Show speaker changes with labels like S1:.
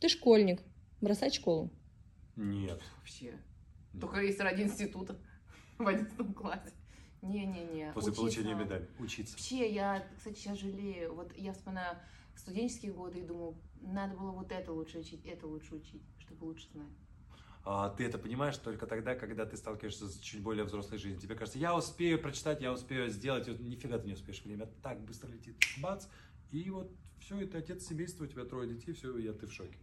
S1: Ты школьник. Бросать школу.
S2: Нет.
S3: Вообще. Только если ради института в 11 классе. Не-не-не.
S2: После получения
S3: Э, учиться.
S2: медали. Учиться.
S3: Вообще, я, кстати, сейчас жалею. Вот я вспоминаю студенческие годы и думаю, надо было вот это лучше учить, это лучше учить, чтобы лучше знать.
S2: А ты это понимаешь только тогда, когда ты сталкиваешься с чуть более взрослой жизнью. Тебе кажется, я успею прочитать, я успею сделать. И вот нифига ты не успеешь. Время так быстро летит. Бац. И вот все, и ты отец семейства, у тебя трое детей, все, я ты в шоке.